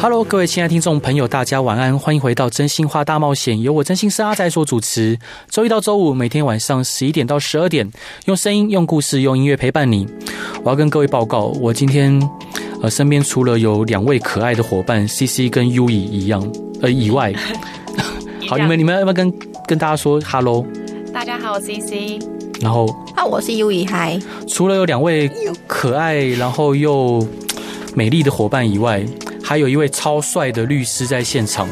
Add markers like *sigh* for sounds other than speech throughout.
Hello，各位亲爱的听众朋友，大家晚安，欢迎回到《真心话大冒险》，由我真心是阿仔所主持。周一到周五每天晚上十一点到十二点，用声音、用故事、用音乐陪伴你。我要跟各位报告，我今天呃身边除了有两位可爱的伙伴 C C 跟 U 以 *laughs* 一样呃以外，好，你们你们要不要跟跟大家说 Hello？大家好，我 C C，然后啊，我是 U 一嗨，除了有两位可爱然后又美丽的伙伴以外，还有一位超帅的律师在现场。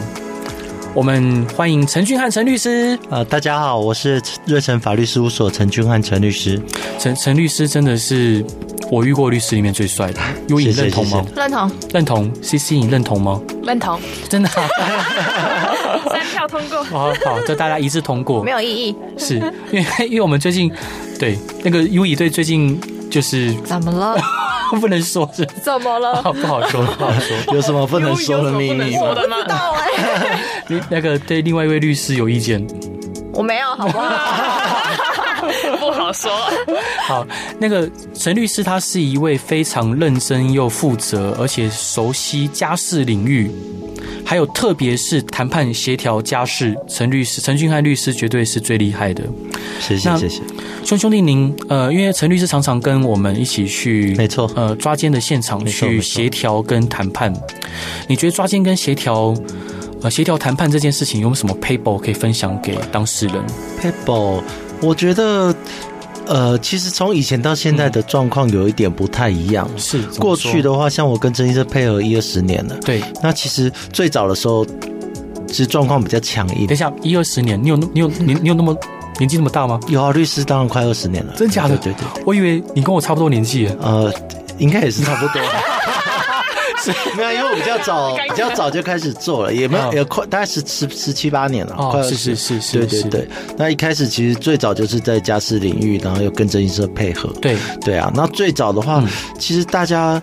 我们欢迎陈俊翰陈律师。呃，大家好，我是瑞成法律事务所陈俊汉陈律师。陈陈律师真的是我遇过律师里面最帅的，有你谢谢认同吗？认同，认同，C C 你认同吗？认同，真的、 *laughs* 啊，三票通过。好好，这大家一致通过没。有异议。是因为因为我们最近对那个 U 以对最近就是 *laughs* 怎么了？不能说是怎么了？ *laughs* 不好说不好说，有什么不能说的 *laughs* 秘密吗？的吗？到哎、你那个对另外一位律师有意见。我没有，好不 *laughs* 好？不好说。好，那个陈律师他是一位非常认真又负责，而且熟悉家事领域，还有特别是谈判协调家事，陈律师陈俊汉律师绝对是最厉害的。谢那谢谢谢，兄兄弟您，呃，因为陈律师常常跟我们一起去，没错呃，抓奸的现场没错去没错协调跟谈判。你觉得抓奸跟协调，呃，协调谈判这件事情有没有什么 paper 可以分享给当事人？ Pebble，我觉得。呃，其实从以前到现在的状况有一点不太一样。是怎么过去说的话，像我跟曾医生配合一二十年了，对，那其实最早的时候，其实状况比较强硬等一。下一二十年，你有那你有你你有那么年纪那么大吗？有啊，律师当然快二十年了，真假的对对对，我以为你跟我差不多年纪耶，呃，应该也是差不 *laughs* 多。没有，因为我比较早，比较早就开始做了，也没有嗯也快，大概十十十七八年了，哦快二十是是是是对是对对。那一开始其实最早就是在家事领域，然后又跟真心社配合，对，对啊。那最早的话，嗯其实大家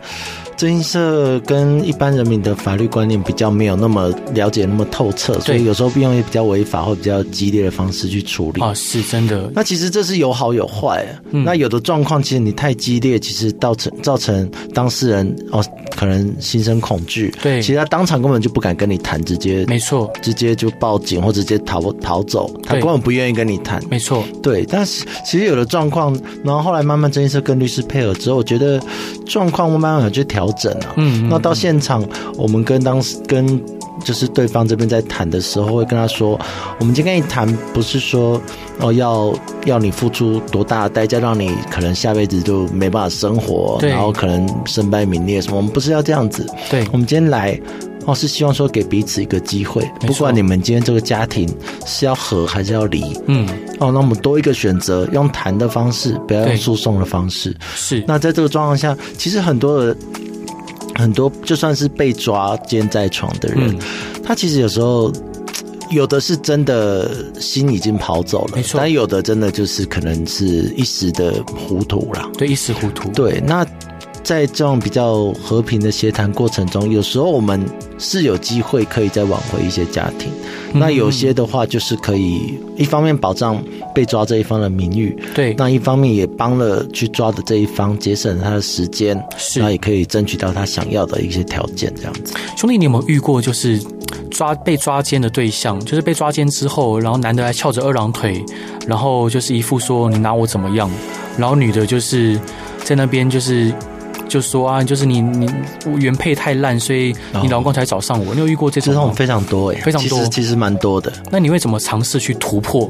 真心社跟一般人民的法律观念比较没有那么了解那么透彻，所以有时候用一些比较违法或比较激烈的方式去处理。啊，是真的，那其实这是有好有坏、啊嗯那有的状况，其实你太激烈，其实造成造成当事人哦，可能心生恐惧。对其实他当场根本就不敢跟你谈，直接没错，直接就报警或直接逃逃走，他对根本不愿意跟你谈。没错，对，但是其实有的状况，然后后来慢慢真医生跟律师配合之后，我觉得状况慢慢有去调整啊。嗯，嗯那到现场，我们跟当时跟就是对方这边在谈的时候，会跟他说，我们今天跟你谈不是说哦要要你付出多大的代价，让你可能下辈子就没办法生活，对然后可能身败名裂什么，我们不是要这样子，对我们今天来。哦，是希望说给彼此一个机会，没错不管你们今天这个家庭是要和还是要离，嗯哦，那我们多一个选择，用谈的方式，不要对用诉讼的方式。是，那在这个状况下，其实很多的很多就算是被抓奸在床的人，嗯他其实有时候。有的是真的心已经跑走了没，错但有的真的就是可能是一时的糊涂啦。对一时糊涂，对，那在这种比较和平的协谈过程中，有时候我们是有机会可以再挽回一些家庭。那嗯有些的话，就是可以一方面保障被抓这一方的名誉，对那一方面也帮了去抓的这一方节省了他的时间，是那也可以争取到他想要的一些条件，这样子。兄弟，你有没有遇过就是抓被抓奸的对象，就是被抓奸之后，然后男的还翘着二郎腿，然后就是一副说你拿我怎么样，然后女的就是在那边就是。就说啊，就是你你我原配太烂，所以你老公才找上我。你有遇过这这种种吗？非常多诶、哦非常多其实其实蛮多的。那你会怎么尝试去突破？哦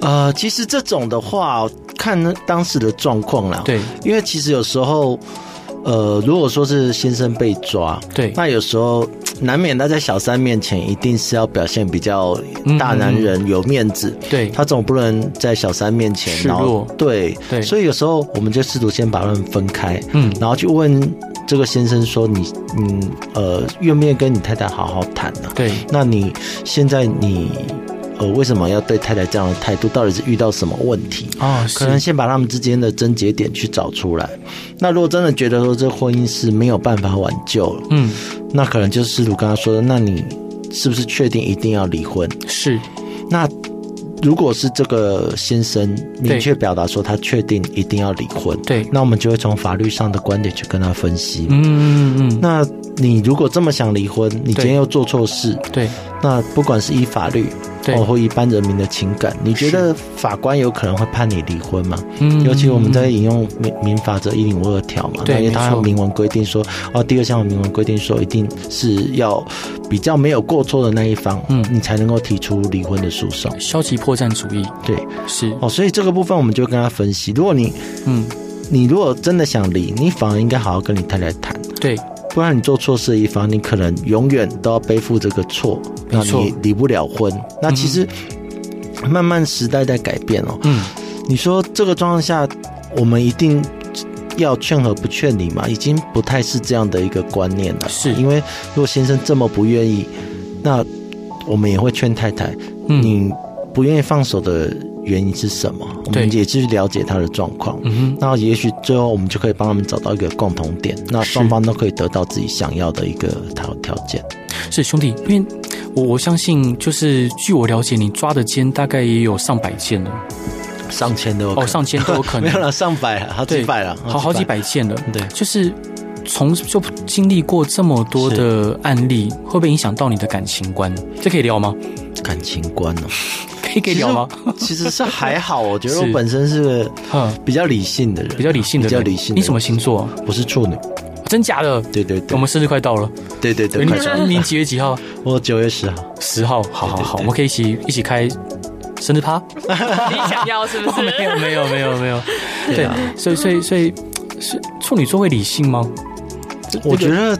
呃，其实这种的话，看当时的状况啦。，对因为其实有时候，呃，如果说是先生被抓，对，那有时候难免他在小三面前一定是要表现比较大男嗯人、有面子，对他总不能在小三面前示弱然后对对所以有时候我们就试图先把他们分开，嗯然后去问这个先生说你嗯呃愿不愿意跟你太太好好谈呢、对那你现在你呃为什么要对太太这样的态度，到底是遇到什么问题？哦，可能是先把他们之间的症结点去找出来。那如果真的觉得说这婚姻是没有办法挽救了，嗯那可能就是如刚刚说的，那你是不是确定一定要离婚？是那如果是这个先生明确表达说他确定一定要离婚，对，那我们就会从法律上的观点去跟他分析。嗯嗯嗯，那你如果这么想离婚，你今天又做错事，对那不管是依法律对哦，，或一般人民的情感，你觉得法官有可能会判你离婚吗？嗯尤其我们在嗯引用民民法这一零五二条嘛，对那因为它没错有明文规定说，哦，第二项有明文规定说，一定是要比较没有过错的那一方，嗯你才能够提出离婚的诉讼。嗯消极破绽主义对，是哦，所以这个部分我们就跟他分析，如果你嗯你如果真的想离，你反而应该好好跟你太太谈，对不然你做错事的一方，你可能永远都要背负这个错，那没错你离不了婚。那其实、慢慢时代在改变哦，嗯你说这个状况下，我们一定要劝和不劝离嘛？已经不太是这样的一个观念了。是因为如果先生这么不愿意，那我们也会劝太太，嗯你不愿意放手的原因是什么？我对们也去了解他的状况。嗯哼那也许最后我们就可以帮他们找到一个共同点，那是双方都可以得到自己想要的一个条条件。是兄弟，因为我我相信就是据我了解，你抓的奸大概也有上百件了，上千都有哦可能上千都有可能 *laughs* 没有了，上百啊了，好对几百了，好好几。百件了，对，就是。从就经历过这么多的案例，会不会影响到你的感情观？这可以聊吗？感情观 *laughs* 哦，可以可以聊 *laughs* 吗？其实是还好，我觉得是我本身是个嗯，比较理性的人，啊比较理性的比较人，理性的人。你什么星座？我是处女，真假的？对对对，我们生日快到了，对对对，快说你你几月几号？ *laughs* 我九月十号，十号，好好对对好，对我们可以一起一起开生 *laughs* 日趴。哦你想要是不没是？有没有没有没有，对啊，所以所以所以是处女座会理性吗？我觉得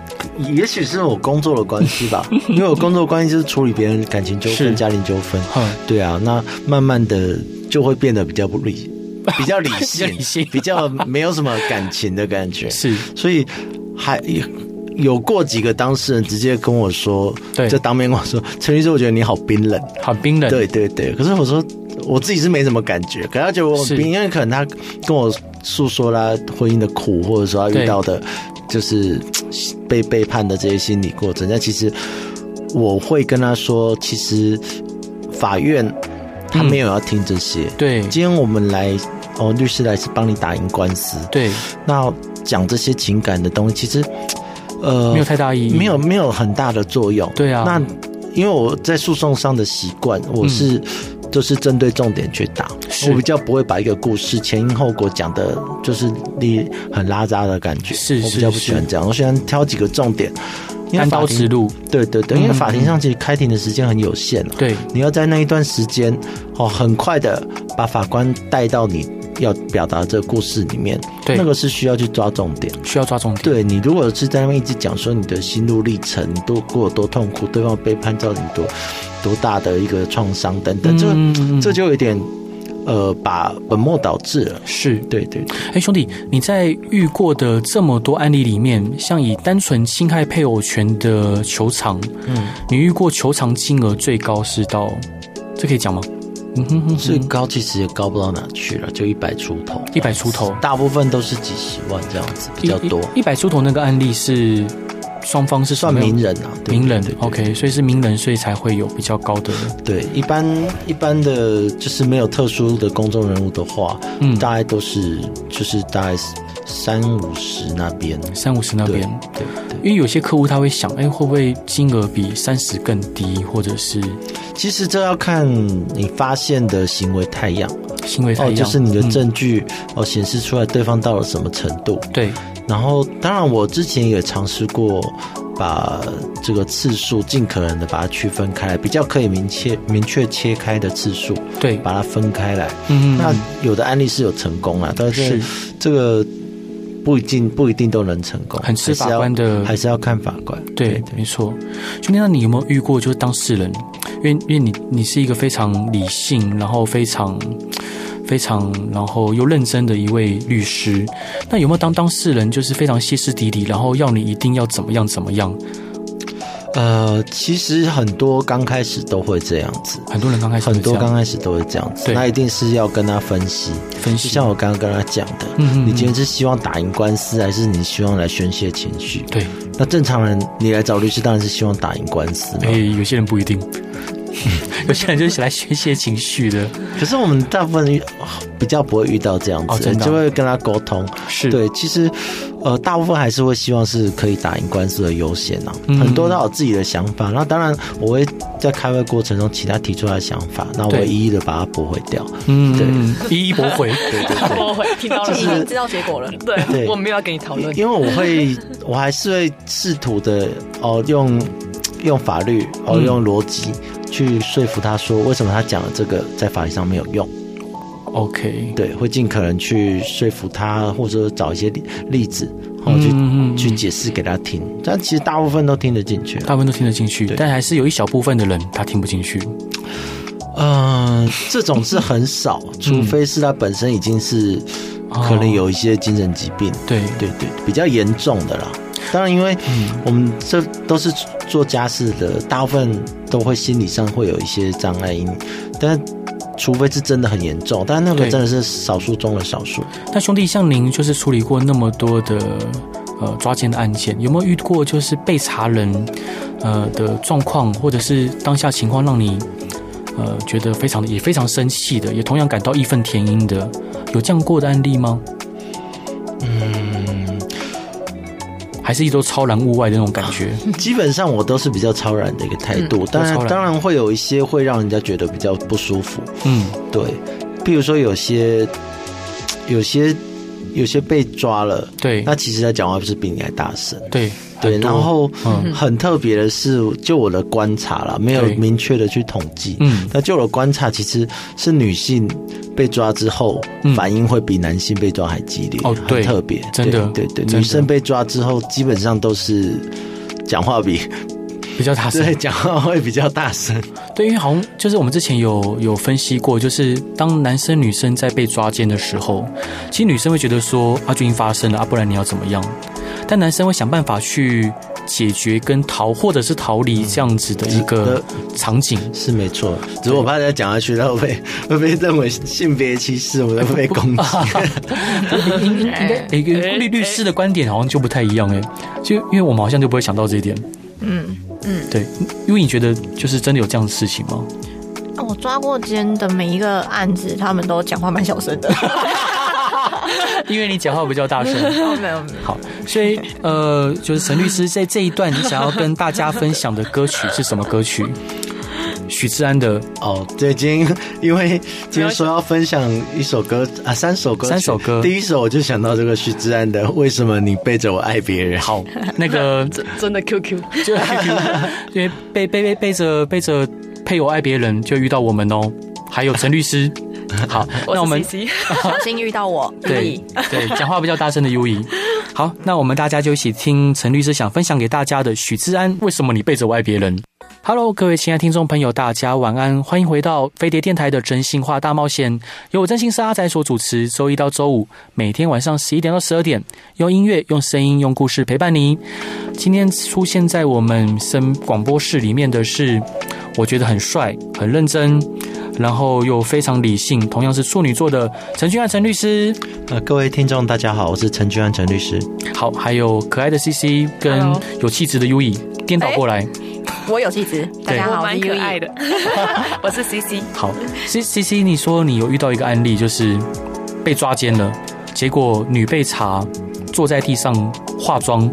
也许是我工作的关系 *laughs* 吧，因为我工作关系就是处理别人感情纠是纷、家庭纠纷，哼，对啊，那慢慢的就会变得比较 *laughs* 不理，比较理性，比较理性比较没有什么感情的感觉， *laughs* 是所以还。有过几个当事人直接跟我说，对就当面跟我说，陈律师，我觉得你好冰冷。很冰冷。对对对，可是我说我自己是没什么感觉，可是他觉得我是很冰，因为可能他跟我诉说他婚姻的苦，或者说他对遇到的就是嘖被背叛的这些心理过程。那其实我会跟他说，其实法院他没有要听这些。对今天我们来哦，律师来是帮你打赢官司，对，那讲这些情感的东西，其实嘖呃没有太大意义。没有没有很大的作用。嗯对啊嗯那因为我在诉讼上的习惯，我是。就是针对重点去打，是我比较不会把一个故事前因后果讲的，就是你很拉杂的感觉。是我是比较不喜欢这样，我喜欢挑几个重点。因为单法刀庭直入。对对对，因为嗯法庭上其实开庭的时间很有限啊，对，你要在那一段时间哦，很快的把法官带到你要表达这个故事里面，对那个是需要去抓重点。需要抓重点。对你如果是在那边一直讲说你的心路历程，你都过有多痛苦，对方背叛造成你多多大的一个创伤等等，这、嗯嗯嗯这就有点呃把本末倒置了。是，对对对哎，兄弟，你在遇过的这么多案例里面，像以单纯侵害配偶权的球场，嗯嗯，你遇过球场金额最高是到，这可以讲吗？嗯哼哼最哼，高其实也高不到哪去了，就一百出头， 100出头大部分都是几十万这样子，比较多，一一百出头那个案例是双方是算什么样名人啊，对名人对对对 OK，所以是名人，所以才会有比较高的对，一般一般的，就是没有特殊的公众人物的话，嗯大概都是就是大概三五十那边，三五十那边。对对。因为有些客户他会想，哎、会不会金额比三十更低，或者是其实这要看你发现的行为太样行为太哦，一样就是你的嗯证据、哦显示出来对方到了什么程度。对然后，当然我之前也尝试过把这个次数尽可能的把它区分开来，比较可以明确明确切开的次数，对，把它分开来。嗯那有的案例是有成功啊，但是这个不一定不一定都能成功，很吃还是要法官的还是要看法官。对，没错。兄弟，那你有没有遇过就是当事人？因为因为你你是一个非常理性，然后非常非常然后又认真的一位律师，那有没有当当事人就是非常歇斯底里，然后要你一定要怎么样怎么样？呃，其实很多刚开始都会这样子，很多人刚开始会很多这样刚开始都会这样子，对那一定是要跟他分析，分就析，像我刚刚跟他讲的，嗯嗯嗯你今天是希望打赢官司，还是你希望来宣泄情绪？对，那正常人你来找律师当然是希望打赢官司嘛。哎、有些人不一定， *laughs* 有些人就是来宣泄情绪的，可是我们大部分遇比较不会遇到这样哦子，真的啊就会跟他沟通。是，对，其实呃，大部分还是会希望是可以打赢官司的优先啊，嗯很多都有自己的想法。那当然，我会在开会过程中其他提出来的想法，那我对会一一的把它驳回掉。嗯，对，一一驳回， *laughs* 对对对。我会听到了已，经知道结果了。对对我没有要跟你讨论，因为我会，我还是会试图的哦，用用法律哦，嗯用逻辑去说服他说，为什么他讲的这个在法律上没有用。 OK，对，会尽可能去说服他，或者说找一些例例子，哦，去、嗯嗯嗯去解释给他听。但其实大部分都听得进去。啊大部分都听得进去，对但还是有一小部分的人他听不进去。呃嗯、这种是 *laughs* 很少，除非是他本身已经是嗯哦可能有一些精神疾病。对对对，比较严重的啦。当然，因为嗯我们这都是做家事的，大部分都会心理上会有一些障碍因，但除非是真的很严重，但那个对真的是少数中的少数。那兄弟，像您就是处理过那么多的呃抓奸的案件，有没有遇过就是被查人呃的状况，或者是当下情况让你呃觉得非常的也非常生气的，也同样感到义愤填膺的，有这样过的案例吗？嗯，还是一种超然物外的那种感觉？基本上我都是比较超然的一个态度，嗯当都超然然当然会有一些会让人家觉得比较不舒服，嗯，对，譬如说有些有些有些被抓了，对 *laughs* 嗯那其实他讲话不是比你还大声。对对，很多然后嗯很特别的是，就我的观察啦，没有对明确的去统计。嗯那就我的观察，其实是女性被抓之后，嗯反应会比男性被抓还激烈。哦很对特别，真的对对真的对，女生被抓之后，基本上都是讲话比比较大声对讲话会比较大声。对，因为好像就是我们之前有有分析过，就是当男生女生在被抓奸的时候，其实女生会觉得说啊，就已经发生了啊，不然你要怎么样？但男生会想办法去解决跟逃，或者是逃离这样子的一个嗯场景。是没错，只是我怕再讲下去，然后被 *laughs* 会被认为性别歧视，我们会被攻击。应应应该诶，跟律律师的观点好像就不太一样哎，就因为我们好像就不会想到这一点。嗯嗯，对，因为你觉得就是真的有这样的事情吗？那我抓过奸的每一个案子，他们都讲话蛮小声的。 *laughs* 因为你讲话比较大声。哦没有没有，好，所以呃，就是陈律师在这一段，你想要跟大家分享的歌曲是什么歌曲？许志安的哦，对，今天因为今天说要分享一首歌啊，三首歌曲，三首歌第一首我就想到这个许志安的《为什么你背着我爱别人》。好，那个， *laughs* 真的 QQ *laughs* 就因为背背背背着背着配偶爱别人，就遇到我们哦，还有陈律师。好，是那我们 CC *laughs* 小心遇到我。对对讲话比较大声的优怡。好，那我们大家就一起听陈律师想分享给大家的许志安为什么你背着我爱别人。Hello，各位亲爱的听众朋友，大家晚安，欢迎回到飞碟电台的真心话大冒险，由我真心是阿仔所主持，周一到周五每天晚上十一点到十二点，用音乐、用声音、用故事陪伴你。今天出现在我们声广播室里面的是，我觉得很帅、很认真，然后又非常理性，同样是处女座的陈俊安陈律师。呃，各位听众大家好，我是陈俊安陈律师。好，还有可爱的 CC 跟 Hello 有气质的 U E 颠哎倒过来。我有气质，大家我好，我蛮是可 U 爱 E。的， *laughs* 我是 CC，好，C C C，你说你有遇到一个案例，就是被抓奸了，结果女被查，坐在地上化妆，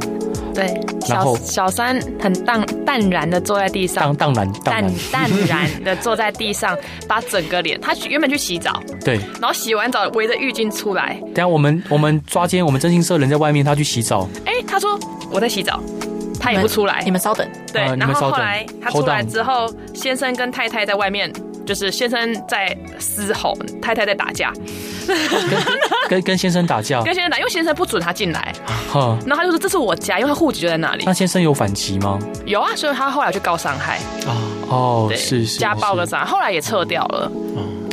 对，然小后小三很淡淡然的坐在地当上，当然当淡然，淡然的坐在 *laughs* 地上，把整个脸，他原本去洗澡，对。然后洗完澡围着浴巾出来，等一下我们我们抓奸，我们真心社人在外面，他去洗澡，哎，他说我在洗澡，他也不出来你，们稍等，对呃，你然们稍后等后来他 hold 出来 on 之后，先生跟太太在外面。就是先生在嘶吼，太太在打啊架，跟跟 *laughs* 跟先生打架，跟先生打，因为先生不准他进来，啊哈。然后他就说这是我家，因为他户籍就在那里那。先生有反击吗？有啊，啊所以他后来就告上海，哦，对，是是哦家暴是的伤害，后来也撤掉了。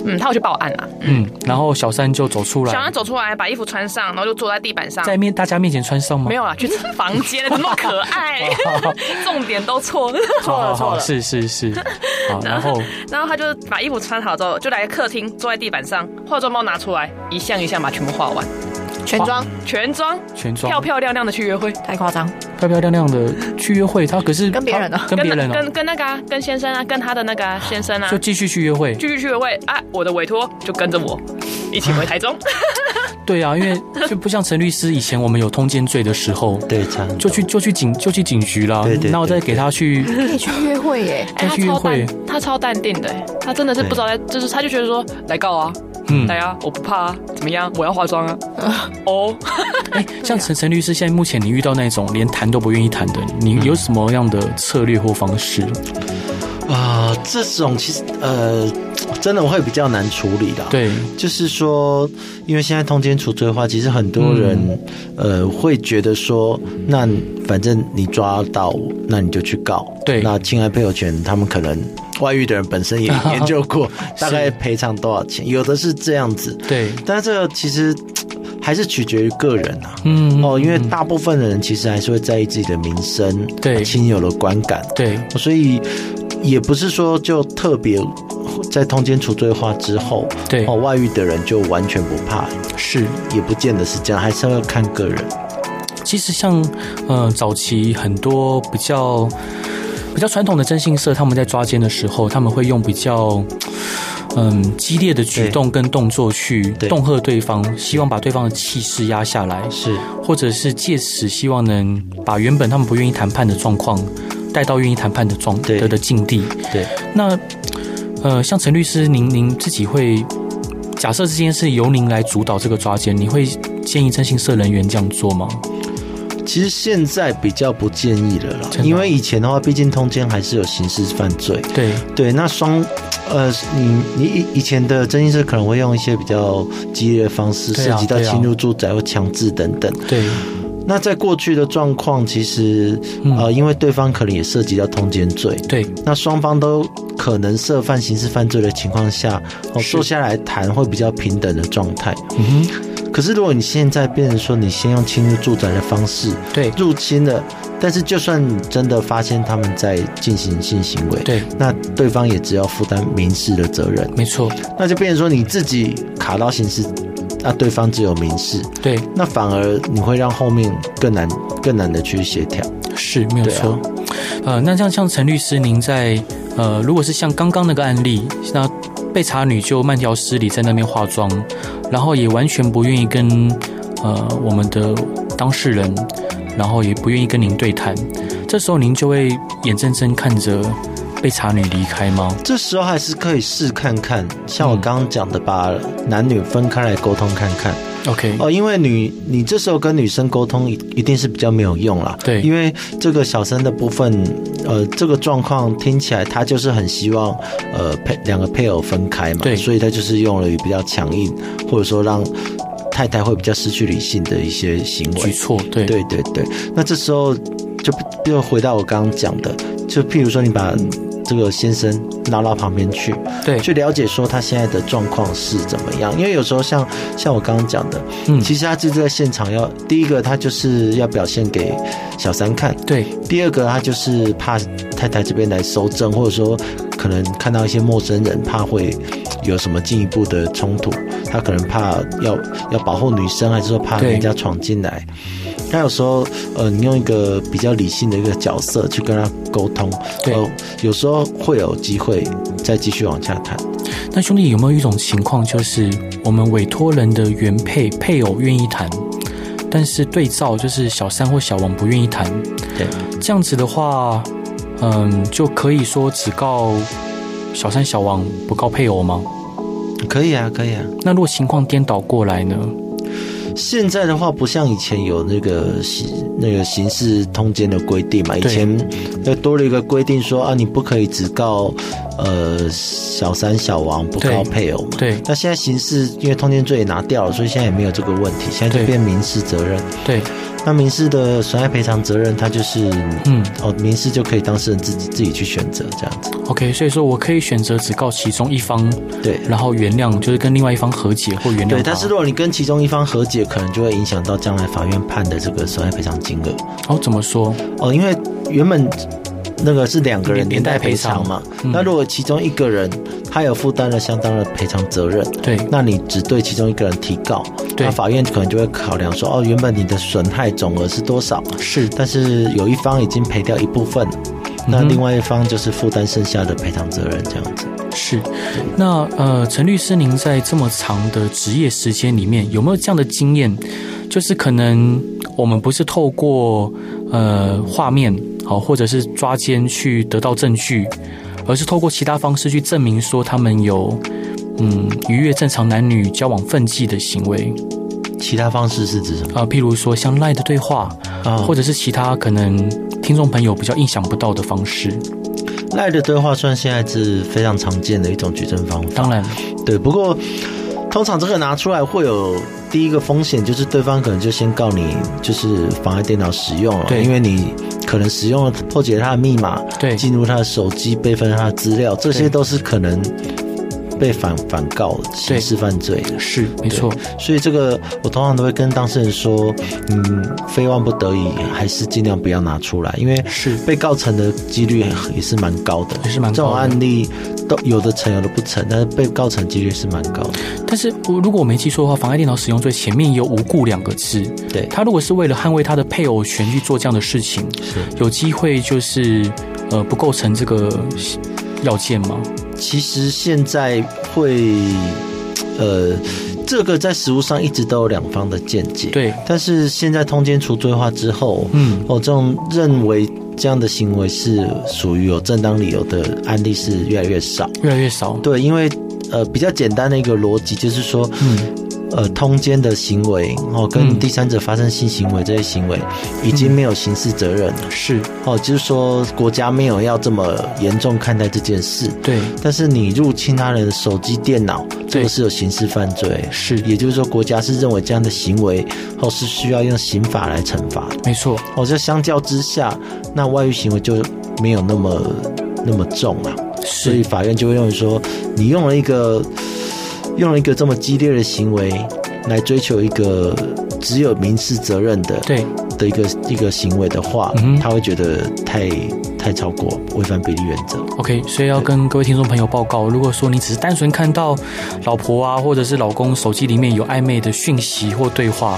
嗯，他有去报案啊。嗯，然后小三就走出小来安，走出来，把衣服穿上，然后就坐在地板上。在面大家面前穿上吗？没 *laughs* 有啦，去房间，怎么那么可爱？重点都错了。哦 *laughs* 好，好错好哦了是是是， *laughs* 好，然后然后他就把衣服穿好之后，就来客厅，坐在地板上，化妆包拿出来，一项一项把全部画完，全妆全妆，全妆漂漂亮亮的去约会，太夸张，漂漂亮亮的去约会，他可是跟别人啊跟别人跟哦，跟那个啊，跟先生啊，跟他的那个啊先生啊就，继续去约会。继续去约会啊，我的委托就跟着我一起啊回台中，对啊，因为就不像陈律师以前我们有通奸罪的时候，对，差很就多去就去警就去警局啦对对，对那我再给他去可以去约会耶，哎，他去约超会淡，他超淡定的，哎他真的是不知道在，就是他就觉得说来告啊，嗯，来啊，我不怕啊，怎么样，我要化妆 *laughs* 啊，哦，。哎，像陈陈律师现在目前你遇到那种连谈都不愿意谈的，你嗯有什么样的策略或方式？啊、这种其实呃，真的我会比较难处理的。。对，就是说，因为现在通奸除罪化，其实很多人、嗯呃会觉得说，那反正你抓到我，那你就去告。对那侵害配偶权，他们可能外遇的人本身也研究 *laughs* 过，大概赔偿多少钱，有的是这样子。对，但是这个其实还是取决于个人啊。嗯，哦，因为大部分的人其实还是会在意自己的名声、啊对亲友的观感，对，所以也不是说就特别在通奸除罪化之后，对哦，外遇的人就完全不怕，是。也不见得是这样，还是要看个人。其实像，呃，早期很多比较比较传统的征信社，他们在抓奸的时候，他们会用比较嗯激烈的举动跟动作去对恫吓对方，希望把对方的气势压下来，是或者是借此希望能把原本他们不愿意谈判的状况带到愿意谈判的状对的的境地。对，那呃，像陈律师，您您自己会假设这件事由您来主导这个抓奸，你会建议征信社人员这样做吗？其实现在比较不建议了啦真，的因为以前的话，毕竟通奸还是有刑事犯罪，对，对，那双。呃，你你以以前的征信社可能会用一些比较激烈的方式，对啊涉及到对啊侵入住宅或强制等等。对，那在过去的状况，其实嗯呃，因为对方可能也涉及到通奸罪，对，那双方都可能涉犯刑事犯罪的情况下，哦，是坐下来谈会比较平等的状态。嗯哼，可是如果你现在变成说，你先用侵入住宅的方式对，入侵了，但是就算你真的发现他们在进行性行为，对，那对方也只要负担民事的责任，没错，那就变成说你自己卡到刑事，那对方只有民事，对，那反而你会让后面更难更难的去协调。是没有对啊错。呃，那像像陈律师，您在呃，如果是像刚刚那个案例，那被查女就慢条斯理在那边化妆，然后也完全不愿意跟呃我们的当事人，然后也不愿意跟您对谈，这时候您就会眼睁睁看着被查女离开吗？这时候还是可以试看看，像我刚刚讲的，把嗯男女分开来沟通看看 OK，哦，因为女你这时候跟女生沟通一一定是比较没有用啦，对因为这个小三的部分，呃，这个状况听起来他就是很希望呃配两个配偶分开嘛，对所以他就是用了比较强硬，或者说让太太会比较失去理性的一些行为举，措，对，对对对，那这时候就就回到我刚刚讲的，就譬如说你把这个先生拉到旁边去，对，去了解说他现在的状况是怎么样。因为有时候像像我刚刚讲的，嗯其实他就是在现场要第一个他就是要表现给小三看，对，第二个他就是怕太太这边来搜证，或者说可能看到一些陌生人，怕会有什么进一步的冲突，他可能怕要要保护女生，还是说怕对人家闯进来。他有时候，呃，你用一个比较理性的一个角色去跟他沟通，对呃，有时候会有机会再继续往下谈。那兄弟有没有一种情况，就是我们委托人的原配配偶愿意谈，但是对照就是小三或小王不愿意谈，对，这样子的话，嗯，就可以说只告小三小王，不告配偶吗？可以啊，可以啊。那如果情况颠倒过来呢？现在的话，不像以前有那个刑那个刑事通奸的规定嘛，以对前又多了一个规定说啊，你不可以只告呃小三小王不对告配偶嘛。对那现在刑事因为通奸罪也拿掉了，所以现在也没有这个问题，现在对就变民事责任。对，那民事的损害赔偿责任，它就是嗯哦，民事就可以当事人自己自己去选择这样子。 ，OK，所以说我可以选择只告其中一方，对然后原谅，就是跟另外一方和解或原谅他。对，但是如果你跟其中一方和解，可能就会影响到将来法院判的这个损害赔偿金额。哦，怎么说？哦，因为原本那个是两个连人连带带赔赔偿偿嘛，嗯那如果其中一个人他有负担了相当的赔偿责任，对那你只对其中一个人提告，对那法院可能就会考量说，哦，原本你的损害总额是多少，是但是有一方已经赔掉一部分了，嗯那哼另外一方就是负担剩下的赔偿责任这样子。是，那呃，陈律师，您在这么长的职业时间里面，有没有这样的经验？就是可能我们不是透过呃画面好、或者是抓奸去得到证据，而是透过其他方式去证明说他们有嗯逾越正常男女交往分际的行为其他方式是指什么？啊、譬如说像赖的对话，啊哦或者是其他可能听众朋友比较意想不到的方式。赖的对话算现在是非常常见的一种举证方法。当然，对，不过通常这个拿出来会有第一个风险，就是对方可能就先告你就是妨碍电脑使用了，对因为你可能使用了破解他的密码，对进入他的手机备份他的资料，这些都是可能被反反告刑事犯罪的。是没错，所以这个我通常都会跟当事人说，嗯，非万不得已，还是尽量不要拿出来，因为是被告成的几率也是蛮高的，也是蛮高的这种案例都有的成，有的不成，但是被告成几率是蛮高的。但是我如果我没记错的话，妨碍电脑使用罪前面有无故两个字。对他如果是为了捍卫他的配偶权去做这样的事情，是有机会就是呃不构成这个要件吗？其实现在会，呃，这个在实务上一直都有两方的见解。，对，但是现在通奸除罪化之后，嗯，哦，这种认为这样的行为是属于有正当理由的案例是越来越少。越来越少。对，因为呃，比较简单的一个逻辑就是说，嗯，呃，通奸的行为嗯哦，跟第三者发生性行为这些行为，已经没有刑事责任了是哦，就是说国家没有要这么严重看待这件事。对，但是你入侵他人的手机、电脑，这对个是有刑事犯罪。是也就是说，国家是认为这样的行为后是需要用刑法来惩罚的。没错，哦，这相较之下，那外遇行为就没有那么那么重啊，所以是法院就会认为说，你用了一个用了一个这么激烈的行为来追求一个只有民事责任的对，的一个一个行为的话，嗯哼他会觉得太太超过违反比例原则。 OK，所以要跟各位听众朋友报告，如果说你只是单纯看到老婆啊，或者是老公手机里面有暧昧的讯息或对话，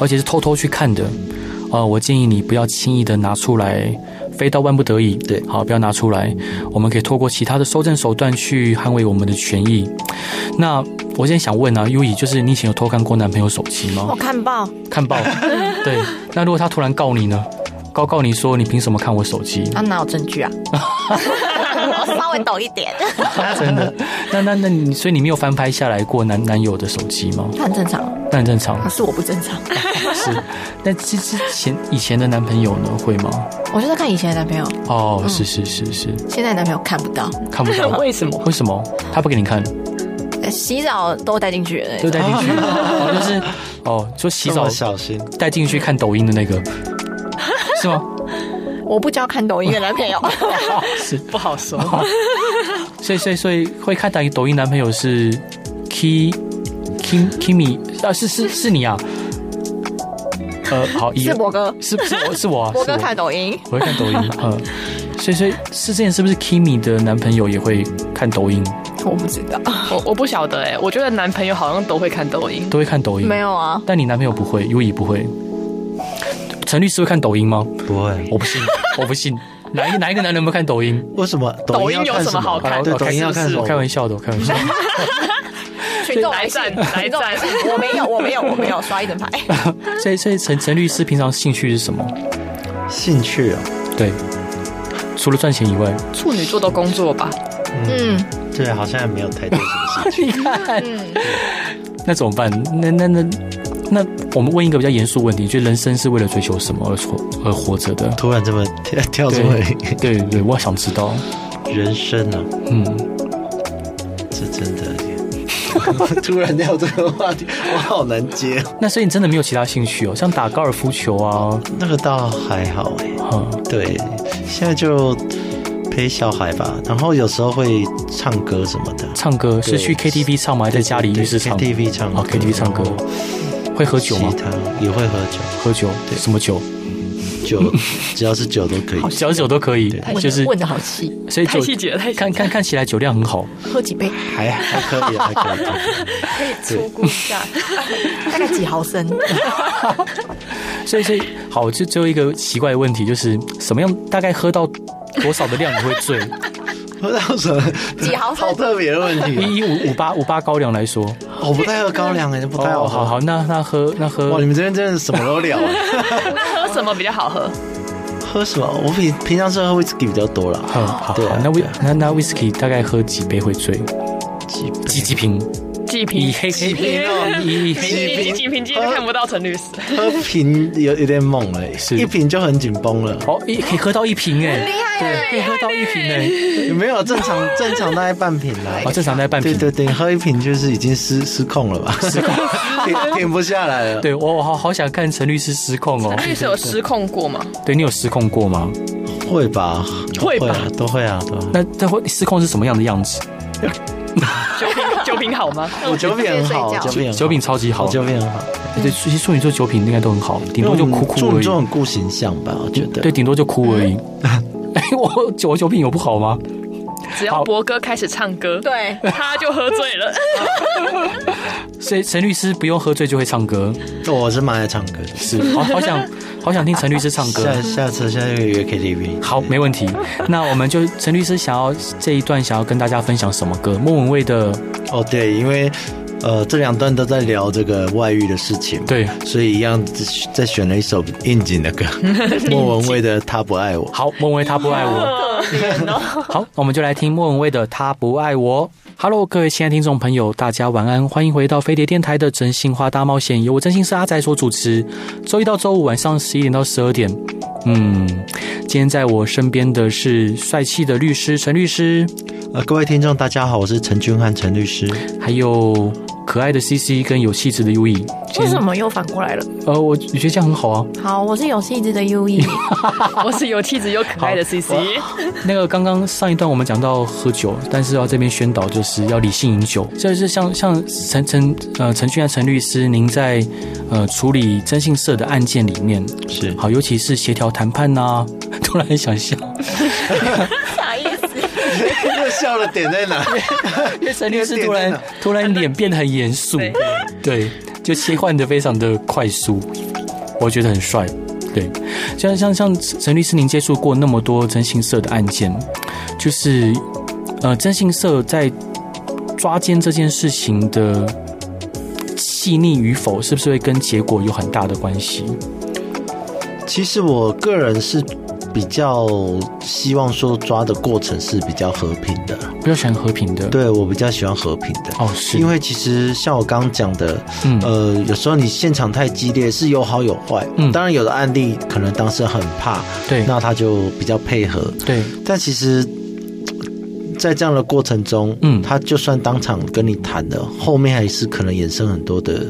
而且是偷偷去看的，呃，我建议你不要轻易的拿出来，非到万不得已，对好，不要拿出来，我们可以透过其他的搜证手段去捍卫我们的权益。那我现在想问啊，优以，就是你以前有偷看过男朋友手机我 *laughs* 吗？看报，看报，对。那如果他突然告你呢？告告你说你凭什么看我手机？他哪有证据啊？ *laughs* 我稍微抖一点， *laughs* 真的？那那那你，所以你没有翻拍下来过男男友的手机吗？他很正常，那很正常可，是我不正常。是。那之之前以前的男朋友呢，会吗？我就是看以前的男朋友，哦，是是是是，现在的男朋友看不到，看不 *laughs* 到为什么？为什么他不给你看？呃洗澡都带进去的那就种。带进去， *laughs* 哦，就是哦，说洗这澡么小心，带进去看抖音的那 *laughs* 个，是 *laughs* 吗？我不交看抖音的男朋友，是。不好说。所以所以所以会看抖抖音男朋友是 Ki Kim Kimi 啊，是是是你啊。呃，好，一是博哥，是是我是我啊，博是哥我看抖音，我会看 *laughs* 抖音，嗯，所以所以是之前是不是 Kimi 的男朋友也会看抖音，我不知道， *laughs* 我我不晓得哎、我觉得男朋友好像都会看抖音，都会看抖音？没，有啊，但你男朋友不会，优以不会，陈律师会看抖音吗？不会。我不 *laughs* 信，我不信，哪一个哪一个男人不看抖音？为什么抖音要看有什么好看好对，我抖音要看什我么？开玩笑的，我开玩笑。群众来来信，战来群众来战信，我没有，我没有，我没有，刷一整排。所以所以陈陈律师平常兴趣是什么？兴趣哦，对，除了赚钱以外，处女座都工作吧，嗯，对，好像没有太多什么兴趣。你看，嗯那怎么办？那那那那，我们问一个比较严肃问题，你觉得人生是为了追求什么而活而活着的？突然这么跳跳出对来，对对，我想知道。人生啊，嗯，这真的。突然聊这个话题，我好难接。那所以你真的没有其他兴趣哦，像打高尔夫球啊，那个倒还好哎、嗯，对，现在就陪小孩吧，然后有时候会唱歌什么的。唱歌是去 KTV 唱吗？还是在家里浴室唱对对对 KTV 唱歌哦，KTV 唱歌然后会喝酒吗其？他也会喝酒，喝酒，什么酒？酒只要是酒都可以。小酒都可以，就是问的好细，所以太酒细节了，太细节看了看看起来酒量很好，喝几杯，还还可以，还可以。可以出估一下。大概几毫升？所以所以好，就最后一个奇怪的问题就是什么样大概喝到多少的量你会 *laughs* 醉？喝到什么？ *laughs* 几毫升好特别的问题。 *laughs* 以以五五八五八高粱来说，我不太喝高粱哎，不太好哦好喝。好，那那喝那喝哇，你们这边真的什么都聊啊。 *laughs* 那喝什么比较好喝？喝什么？我平平常是喝 whisky 比较多啦。好好好对啊，那威那那 whisky 大概喝几杯会醉？几杯几 *laughs* 几瓶？呃几瓶以？黑黑瓶哦以以几几瓶瓶？几瓶？今天看不到陈律师。喝瓶有有点猛了欸，是一瓶就很紧绷了。哦一可以喝到一瓶哎，对，可以喝到一瓶哎，没有正 *laughs* 常正常大概半瓶啦。哦正常在半对瓶。对对，喝一瓶就是已经失失控了吧？失控， *laughs* 停停不下来了。，对我我好好想看陈律师失控哦，陈律师有失控过吗？对你有失控过吗？会吧？会吧啊都会啊，都会。那这会失控是什么样的样子？酒品 *laughs* 酒品好吗？我酒品很好，直接睡觉酒品很好酒品超级好我，酒品很好，对对，其实处女座酒品应该都很好，顶多就哭因为我哭们而处女座已。很顾形象吧，我觉得。对，，顶多就哭而已。嗯 *laughs* 哎，我酒我酒品有不好吗？只要博哥开始唱歌，对，他就喝醉 *laughs* 了。所以陈律师不用喝醉就会唱歌，我是蛮爱唱歌的。是，好好想好想听陈律师唱 *laughs* 歌。下下次下次约 KTV。嗯好，没问题。那我们就陈律师想要这一段想要跟大家分享什么歌？莫文蔚的，哦，对，因为呃这两段都在聊这个外遇的事情，，对，所以一样再选了一首应景的 *laughs* 歌，莫文蔚的《他不爱我》。好，莫文蔚他不爱我。 *laughs* 好，我们就来听莫文蔚的《他不爱我》。Hello，各位亲爱的听众朋友，大家晚安，欢迎回到飞碟电台的真心话大冒险，由我真心是阿仔所主持。周一到周五晚上十一点到十二点。嗯，今天在我身边的是帅气的律师陈律师，呃，各位听众大家好，我是陈君汉陈律师。还有可爱的 CC 跟有气质的 U E。为什么又反过来了？呃，我觉得这样很好啊。好，我是有气质的 U E，我是有气质又可爱的 CC， *laughs* 那个刚刚上一段我们讲到喝酒，但是要这边宣导就是要理性饮酒。就是像像陈陈呃陈俊啊陈律师，您在呃处理征信社的案件里面，是好，尤其是协调谈判呐、啊 *laughs* 突然想笑，啥意思？ *laughs* 又笑的点在哪？因为陈律师因突为啊点在然哪突然脸变得很严肃，对对，就切换的非常的快速，我觉得很帅。对，像像像陈律师，您接触过那么多征信社的案件，就是呃，征信社在抓奸这件事情的细腻与否，是不是会跟结果有很大的关系？其实我个人是比较希望说抓的过程是比较和平的，比较喜欢和平的，，对我比较喜欢和平的。哦，是因为其实像我刚刚讲的，嗯呃，有时候你现场太激烈是有好有坏，嗯当然有的案例可能当事人很怕，对那他就比较配合，对但其实，在这样的过程中，嗯他就算当场跟你谈了，后面还是可能衍生很多的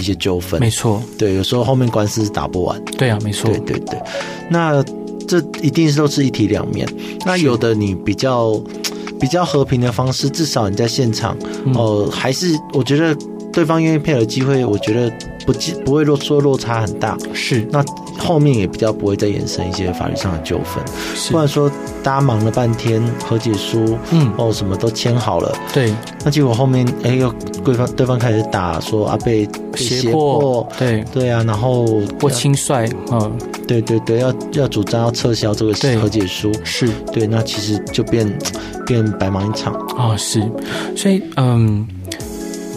一些纠纷没，错，对，有时候后面官司是打不完，对啊，没错对，对对，那这一定是都是一体两面。那有的你比较比较和平的方式，至少你在现场，嗯哦、还是我觉得对方愿意配合机会，我觉得不计不会落说落差很大。是那后面也比较不会再衍生一些法律上的纠纷，是不，然说大家忙了半天，和解书，嗯哦，什么都签好了，对，那结果后面哎又对方对方开始打说啊被被胁胁迫，对。对啊，然后或轻率，嗯，对对对，要要主张要撤销这个对和解书，是对，那其实就变变白忙一场。啊、是，所以嗯，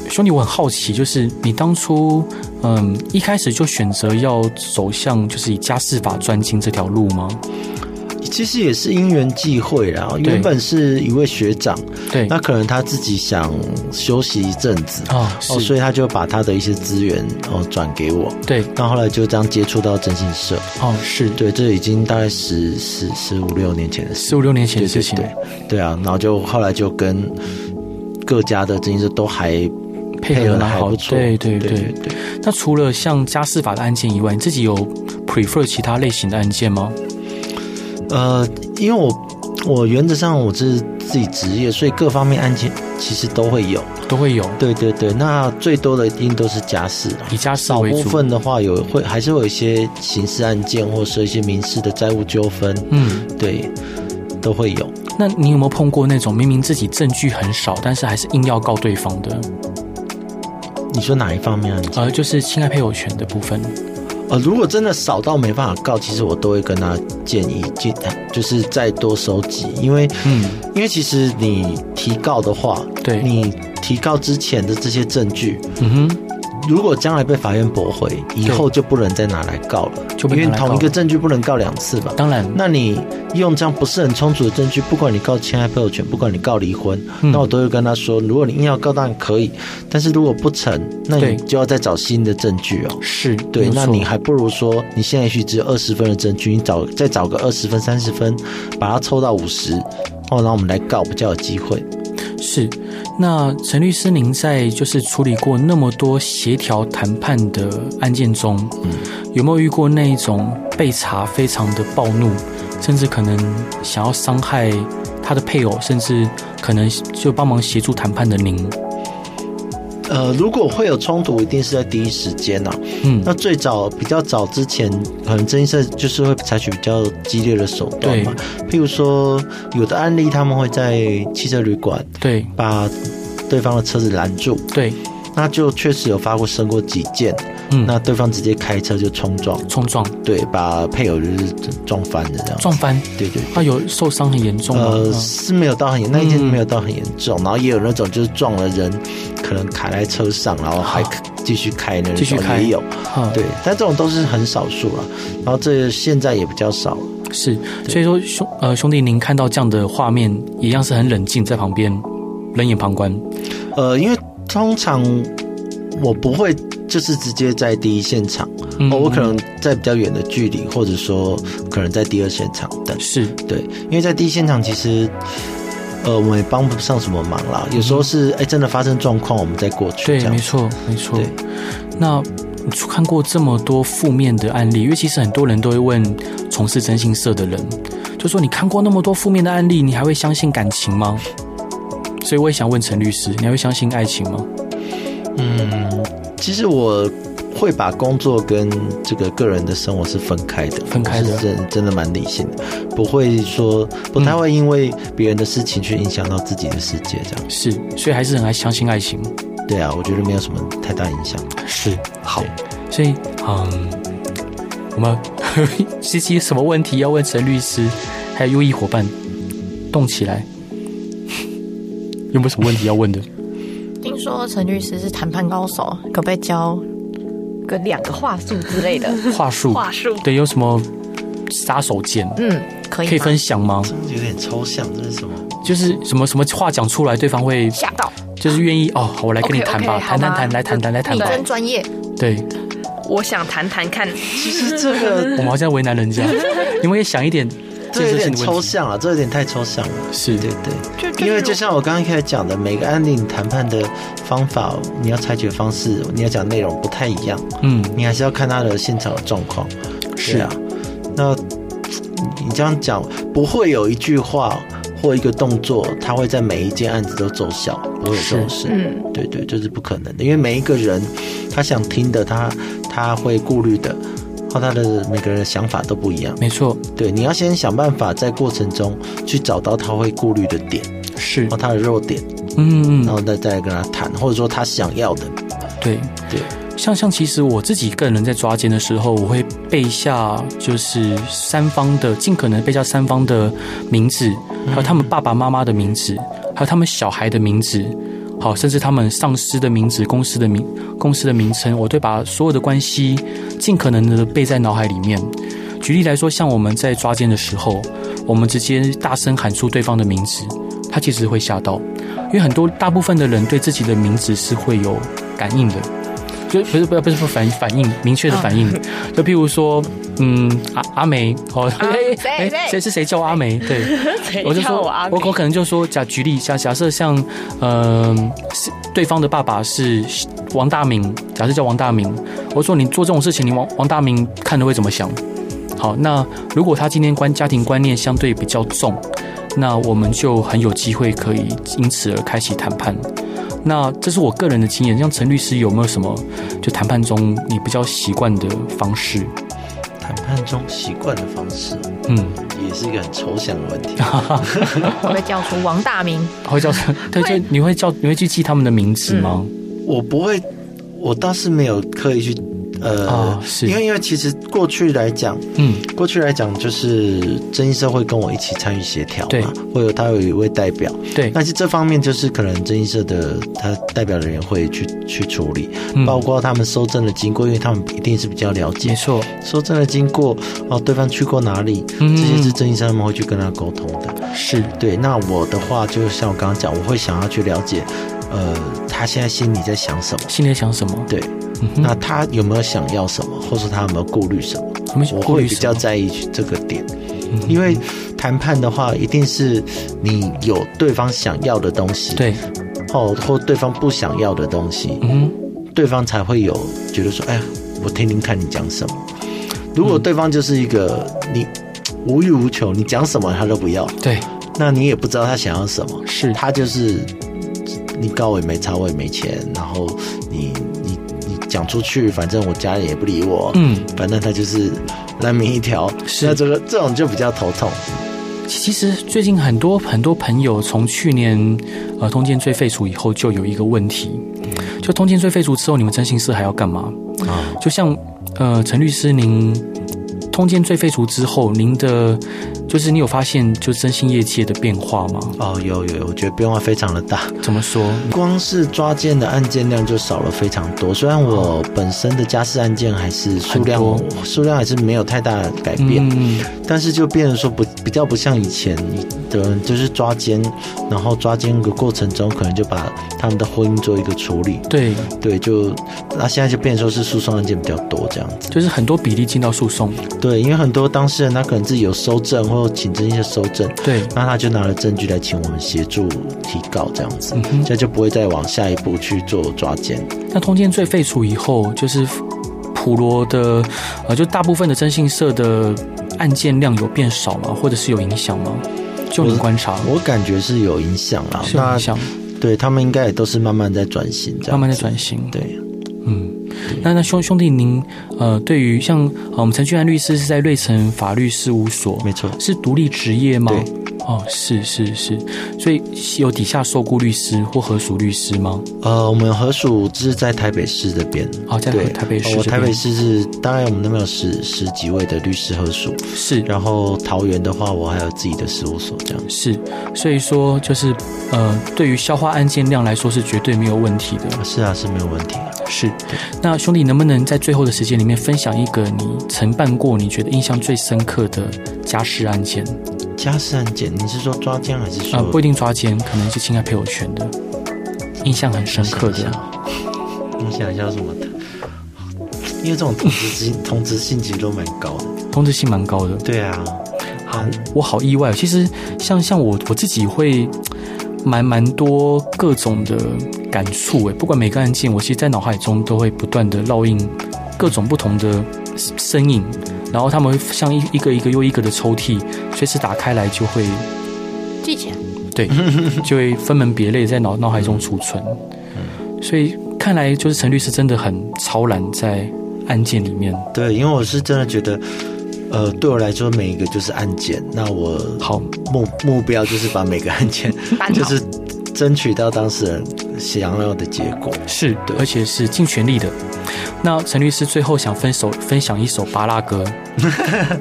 兄弟，我很好奇，就是你当初嗯一开始就选择要走向就是以家事法专精这条路吗？其实也是因缘际会啦。对原本是一位学长，对，那可能他自己想休息一阵子，哦哦，是，所以他就把他的一些资源哦转给我。对，那后来就这样接触到征信社，哦是，对，这已经大概十十十五六年前的事十。五六年前的事对对情，对，对啊，然后就后来就跟各家的征信社都还配合合蛮还好不的，错，对对对对。对。那除了像家事法的案件以外，你自己有 prefer 其他类型的案件吗？呃，因为我我原则上我是自己职业，所以各方面案件其实都会有。都会有，对对对，那最多的一定都是家事啦。以家事少为部主。分的话有会还是会有一些刑事案件，或是一些民事的债务纠纷，嗯，对，都会有。那你有没有碰过那种明明自己证据很少，但是还是硬要告对方的？你说哪一方面案件？呃，就是侵害配偶权的部分。呃，如果真的少到没办法告，其实我都会跟他建议，建就是再多收集，因为嗯，因为其实你提告的话，对，你提告之前的这些证据，嗯哼，如果将来被法院驳回，以后就不能再拿来告了，就不因能为拿来告同一个证据不能告两次吧？当然，那你用这样不是很充足的证据，不管你告侵害配偶权，不管你告离婚，嗯那我都会跟他说，如果你硬要告，当然可以，但是如果不成，那对你就要再找新的证据哦。是对，没有那错你还不如说，你现在也许只有二十分的证据，你找再找个二十分、三十分，把它凑到五十，哦，然后我们来告，比较有机会。是那陈律师，您在就是处理过那么多协调谈判的案件中，嗯有没有遇过那一种被查非常的暴怒，甚至可能想要伤害他的配偶，甚至可能就帮忙协助谈判的您？呃，如果会有冲突，一定是在第一时间呐、啊。嗯，那最早比较早之前，可能真社就是会采取比较激烈的手段嘛，譬如说有的案例他们会在汽车旅馆对把对方的车子拦住，对，那就确实有发过生过几件，嗯，那对方直接开车就冲撞，冲撞对，把配偶就是撞翻了这样，撞翻，对对。他有受伤很严重吗？呃，嗯是没有到很严，那一件嗯没有到很严重，然后也有那种就是撞了人，可能卡在车上，然后还好继续开那继续种开也有，嗯对，但这种都是很少数了，然后这现在也比较少了。嗯是，所以说兄呃兄弟，您看到这样的画面，一样是很冷静，在旁边冷眼旁观。呃，因为通常我不会就是直接在第一现场，嗯哦，我可能在比较远的距离，或者说可能在第二现场等，嗯是对，因为在第一现场其实。呃，我们也帮不上什么忙啦。有时候是哎、真的发生状况，我们再过去嗯对这，样没。错，没错对。那你看过这么多负面的案例，因为其实很多人都会问从事征信社的人，就说你看过那么多负面的案例，你还会相信感情吗？所以我也想问陈律师，你还会相信爱情吗？嗯，其实我会把工作跟这个个人的生活是分开的，分开的我是真真的蛮理性的，不会说不太会因为别人的事情去影响到自己的世界，这样。是，所以还是很爱相信爱情。对啊，我觉得没有什么太大影响。是好，所以嗯，我们 *laughs* 西西什么问题要问陈律师，还有优异伙伴，动起来，有没有什么问题要问的？听说陈律师是谈判高手，可不可以教个两个话术之类的？话术，话术对，有什么杀手锏嗯，可以可以吗分享吗？有点抽象，这是什么？就是什么什么话讲出来，对方会吓到，就是愿意哦，好，我来跟你 OK，OK，谈吧，好谈吧谈谈，来谈谈来谈你吧，真专业，对我想谈谈看，其实这个我们好像为难人家，你们也想一点 *laughs* 这建有设性点的抽问题，象啊了，这有点太抽象了。是对就对，因为就像我刚刚一开始讲的，每个案例你谈判的方法，你要采取的方式，你要讲内容不太一样，嗯，你还是要看他的现场的状况。是对啊，那你这样讲，不会有一句话或一个动作，它会在每一件案子都奏效，不会有这种事。嗯，对对，这、是不可能的，因为每一个人他想听的，他他会顾虑的，和他的每个人的想法都不一样。没错，对，你要先想办法在过程中去找到他会顾虑的点，是然后，他的弱点，嗯嗯，然后再再来跟他谈，或者说他想要的。对。对，像像其实我自己个人在抓奸的时候，我会背下就是三方的，尽可能背下三方的名字，还有他们爸爸妈妈的名字，还有他们小孩的名字，好，甚至他们上司的名字、公司的名、公司的名称，我会把所有的关系尽可能的背在脑海里面。举例来说，像我们在抓奸的时候，我们直接大声喊出对方的名字，他其实会吓到，因为很多大部分的人对自己的名字是会有感应的，就不是不是不是反反应明确的反嗯应，就譬如说，嗯，阿阿梅哦，啊谁 *laughs* 哎谁谁是谁叫我阿梅？对，谁我就叫说，我阿我我可能就说，假举例一下，假设像，嗯、是对方的爸爸是王大明，假设叫王大明，我说你做这种事情，你王王大明看了会怎么想？好，那如果他今天观家庭观念相对比较重，那我们就很有机会可以因此而开启谈判。那这是我个人的经验，像陈律师有没有什么就谈判中你比较习惯的方式？谈判中习惯的方式，嗯，也是一个很抽象的问题。 *laughs* 我会叫出王大明，会叫 *laughs* 对，就你会叫你会去记他们的名字吗？我不会，我倒是没有刻意去，呃，哦是因为因为其实过去来讲，嗯过去来讲就是争议社会跟我一起参与协调对嘛，会有他有一位代表，对，但是这方面就是可能争议社的他代表人员会去去处理，嗯包括他们搜证的经过，因为他们一定是比较了解没错，搜证的经过，哦，对方去过哪里，嗯这些是争议社他们会去跟他沟通的。是对，那我的话就像我刚刚讲，我会想要去了解，呃，他现在心里在想什么。心里在想什么？对，嗯哼那他有没有想要什么，或者他有没有顾虑什么？我们我顾会虑比什较么在意这个点，因为谈判的话，一定是你有对方想要的东西，对，哦，或对方不想要的东西，嗯对方才会有觉得说，哎，我听听看你讲什么。如嗯果对方就是一个你无欲无求，你讲什么他都不要，哼，对，那你也不知道他想要什么，是他就是你告我也没差，我也没钱，然后你你你讲出去，反正我家人也不理我，嗯，反正他就是烂命一条，是那这个这种就比较头痛，其实最近很多很多朋友从去年呃通奸罪废除以后，就有一个问题，就通奸罪废除之后，你们征信社还要干嘛？啊就像呃陈律师您。通奸罪废除之后，您的就是你有发现就征信业界的变化吗？哦，有有，有我觉得变化非常的大，怎么说？光是抓奸的案件量就少了非常多。虽然我本身的家事案件还是数量哦很数量还是没有太大的改变，嗯，但是就变成说不比较不像以前的人，就是抓奸，然后抓奸的过程中可能就把他们的婚姻做一个处理，对，对，就那现在就变成说是诉讼案件比较多这样子。就是很多比例进到诉讼，对，因为很多当事人他可能自己有收证或请证一些收证，对，那他就拿了证据来请我们协助提告这样子，嗯哼这样就不会再往下一步去做抓奸。那通奸罪废除以后，就是普罗的，呃，就大部分的征信社的案件量有变少吗？或者是有影响吗？就你观察，我感觉是有影响啦，是有那影响，对他们应该也都是慢慢在转型这样子，慢慢在转型。对。嗯，那那兄兄弟您，呃，对于像呃我们陈俊安律师是在瑞城法律事务所，没错是独立职业吗？对哦，是是是，所以有底下受雇律师或合属律师吗？呃，我们合署是在台北市这边，哦在对台北市呃我这台边北市是，当然我们那边有十十几位的律师合署，是，然后桃园的话，我还有自己的事务所这样。是，所以说就是呃，对于消化案件量来说是绝对没有问题的。是啊，是没有问题的。是，那兄弟能不能在最后的时间里面分享一个你承办过你觉得印象最深刻的家事案件家事案件，你是说抓奸还是说？啊、不一定抓奸，可能是侵害配偶权的，印象很深刻我想一的。啊下。我想一下什么的，因为这种同质性同质性其实都蛮高的。通知性蛮高的。对啊，好，我好意外哦。其实像像我我自己会蛮蛮多各种的感触欸诶，不管每个案件，我其实，在脑海中都会不断的烙印各种不同的身影，然后他们会像一一个一个又一个的抽屉，随时打开来就会记起来。对，就会分门别类在脑脑海中储存。所以看来就是陈律师真的很超然在案件里面。对，因为我是真的觉得，呃，对我来说每一个就是案件，那我好，目目标就是把每个案件办好就是争取到当事人想要的结果。是，而且是尽全力的。那陈律师最后想分手分享一首巴拉歌，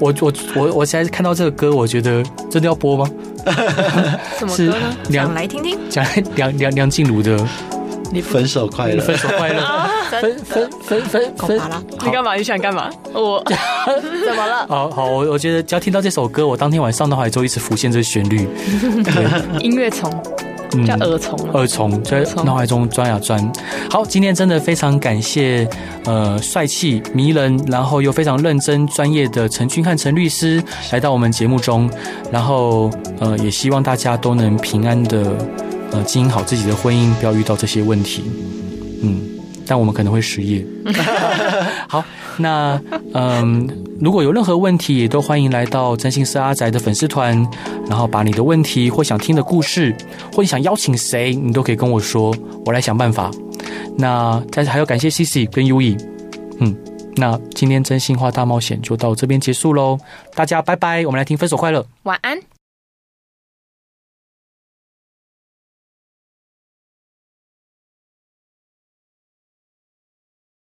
我我我我现在看到这个歌，我觉得真的要播吗？什么是歌呢？梁想来听听，讲梁梁梁静茹的分手快乐《分手快乐》分真分的分分狗分巴，拉，你干嘛？你想干嘛？ *laughs* 我怎么了？好好，我我觉得只要听到这首歌，我当天晚上脑海中一直浮现这个旋律，音乐虫嗯哦叫耳虫啊，二重在脑海中钻呀钻。好，今天真的非常感谢，呃，帅气迷人，然后又非常认真专业的陈君汉陈律师来到我们节目中，然后呃，也希望大家都能平安的呃经营好自己的婚姻，不要遇到这些问题。嗯，但我们可能会失 *laughs* 业。好，那嗯，如果有任何问题，也都欢迎来到真心是阿宅的粉丝团，然后把你的问题或想听的故事，或你想邀请谁，你都可以跟我说，我来想办法。那但是还要感谢 C C 跟 U E，嗯，那今天真心话大冒险就到这边结束喽，大家拜拜，我们来听分手快乐。晚安。